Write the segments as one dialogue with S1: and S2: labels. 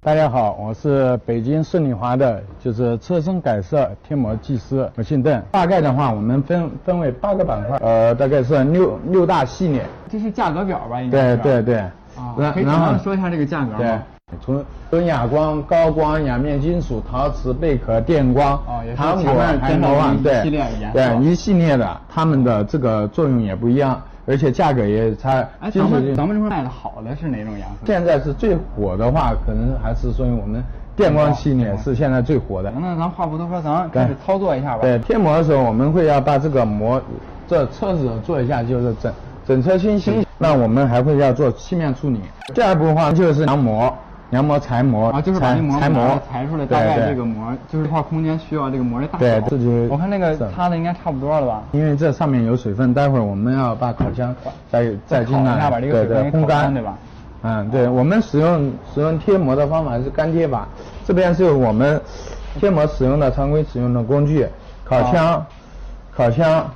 S1: 大家好，我是北京顺利华的，就是车身改色贴膜技师，我姓邓。大概的话，我们分分为八个板块，呃，大概是六六大系列。
S2: 这是价格表吧？应该
S1: 对
S2: 是
S1: 对。对，
S2: 啊，
S1: 然
S2: 可以简
S1: 然
S2: 单
S1: 后
S2: 的说一下这个价格
S1: 对
S2: 吗？，
S1: 从从哑光、高光、两面金属、陶瓷、贝壳、电光
S2: 哦也、是
S1: 糖果
S2: 前面、还
S1: 天头
S2: 有
S1: 网，
S2: 一
S1: 对
S2: 系列的颜色
S1: 对一系列的，它们的这个作用也不一样，而且价格也差。
S2: 哎，
S1: 金
S2: 咱
S1: 属
S2: 们
S1: 就
S2: 咱们这块卖的好的是哪种颜色？
S1: 现在是最火的话，可能还是说明我们电光系列是现在最火的。
S2: 那咱话不多说，咱开始
S1: 对
S2: 操作一下吧。
S1: 对，贴膜的时候我们会要把这个膜，这车子做一下就是整整车清洗。那我们还会要做漆面处理。第二步的话就是量模，量模裁模
S2: 啊，就是把
S1: 裁
S2: 那膜
S1: 裁
S2: 膜
S1: 模
S2: 裁出
S1: 对
S2: 来，大概
S1: 对
S2: 这个膜就是这块空间需要这个膜的大
S1: 对
S2: 小。
S1: 自己
S2: 我看那个
S1: 是
S2: 擦的应该差不多了吧？
S1: 因为这上面有水分，待会儿我们要把烤箱再
S2: 再
S1: 再
S2: 烤
S1: 进
S2: 一
S1: 来，
S2: 下把这个
S1: 对
S2: 水分
S1: 对，
S2: 给
S1: 烘
S2: 烤干
S1: 干
S2: 对吧？
S1: 嗯，对，我们使用使用贴膜的方法是干贴法，这边是我们贴膜使用的常规使用的工具，烤枪、
S2: 啊
S1: 烤枪、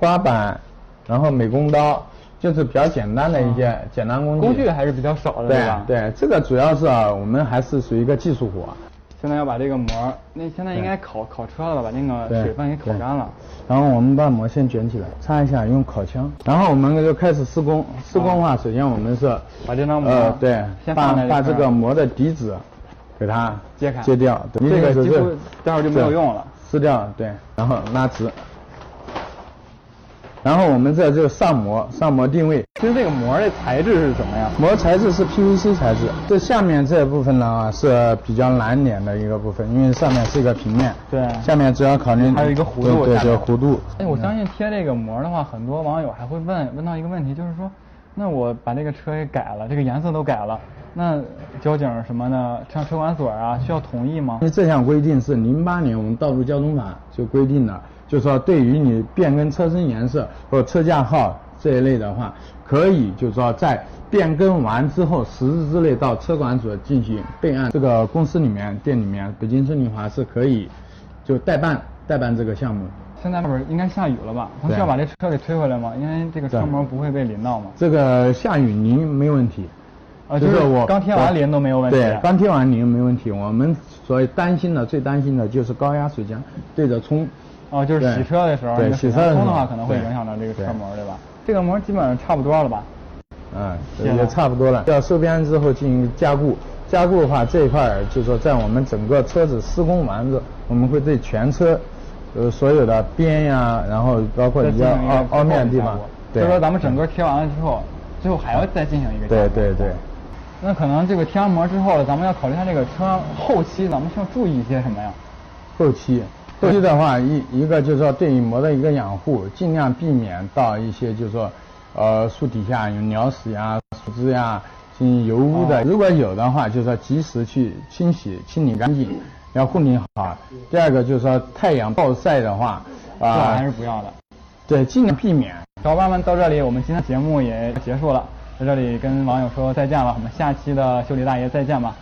S1: 刮板，然后美工刀，就是比较简单的一些、简单工具。
S2: 啊工具还是比较少的，
S1: 对
S2: 吧？。
S1: 对，这个主要是啊，我们还是属于一个技术活。
S2: 现在要把这个膜，那现在应该烤烤车了吧？把那个
S1: 对
S2: 水分给烤
S1: 对
S2: 干了。
S1: 然后我们把膜线卷起来，擦一下，用烤枪。然后我们就开始施工。施工的话，首先我们是
S2: 把这张膜
S1: 呃对，
S2: 先
S1: 把
S2: 放在这
S1: 把这
S2: 块儿
S1: 个膜的底子给它
S2: 揭开
S1: 揭掉。对
S2: 这个
S1: 一手
S2: 几
S1: 是
S2: 乎待会儿就没有用了。
S1: 撕掉，对，然后拉直。然后我们这就上膜，上膜定位。
S2: 其实这个膜的材质是什么呀？
S1: 膜材质是 PVC 材质，这下面这部分呢啊是比较难点的一个部分，因为上面是一个平面，
S2: 对
S1: 下面主要考虑
S2: 还有一个弧度
S1: 对对
S2: 下
S1: 对
S2: 面
S1: 弧度。
S2: 哎，我相信贴这个膜的话，很多网友还会问问到一个问题，就是说，那我把这个车给改了，这个颜色都改了，那交警什么的，像车管所啊，需要同意吗
S1: 因？为这项规定是零八年我们道路交通法就规定的，就说对于你变更车身颜色或车架号这一类的话，可以就是说在变更完之后十日之内到车管所进行备案。这个公司里面、店里面，北京顺利华是可以就代办代办这个项目。
S2: 现在外边应该下雨了吧？咱需
S1: 对
S2: 要把这车给推回来吗？因为这个车
S1: 对
S2: 膜不会被淋到吗？
S1: 这个下雨淋没问题。
S2: 啊，
S1: 就是我
S2: 刚贴完淋都没有问题。啊
S1: 对，刚贴完淋没问题。我们所担心的、最担心的就是高压水枪对着冲。
S2: 哦，就是洗
S1: 对
S2: 车的时候，
S1: 对
S2: 那个
S1: 洗车
S2: 水
S1: 的时
S2: 冲
S1: 候
S2: 的话，可能会
S1: 对
S2: 影响到这个车
S1: 对
S2: 膜，对吧？这个膜基本上差不多了吧？
S1: 嗯，
S2: 行啊了
S1: 也差不多了。要收边之后进行加固，加固的话这一块儿就是说在我们整个车子施工完之后，我们会对全车，呃所有的边呀、然后包括
S2: 再
S1: 你
S2: 进
S1: 要
S2: 行一个
S1: 凹凹面的地
S2: 最后
S1: 方
S2: 的加固，
S1: 对，嗯
S2: 就是说咱们整个贴完了之后，最后还要再进行一个
S1: 对
S2: 加固
S1: 对对。
S2: 那可能这个贴完膜之后，咱们要考虑一下这个车后期咱们需要注意一些什么呀？
S1: 后期。后期的话，一一个就是说对于膜的一个养护，尽量避免到一些就是说，呃，树底下有鸟屎呀、树枝呀、进行油污的。如果有的话，就是说及时去清洗、清理干净，要护理好。第二个就是说太阳暴晒的话，
S2: 这
S1: 啊、
S2: 还是不要的。
S1: 对，尽量避免。
S2: 小伙伴们，到这里我们今天节目也结束了，在这里跟网友说再见了，我们下期的修理大爷再见吧。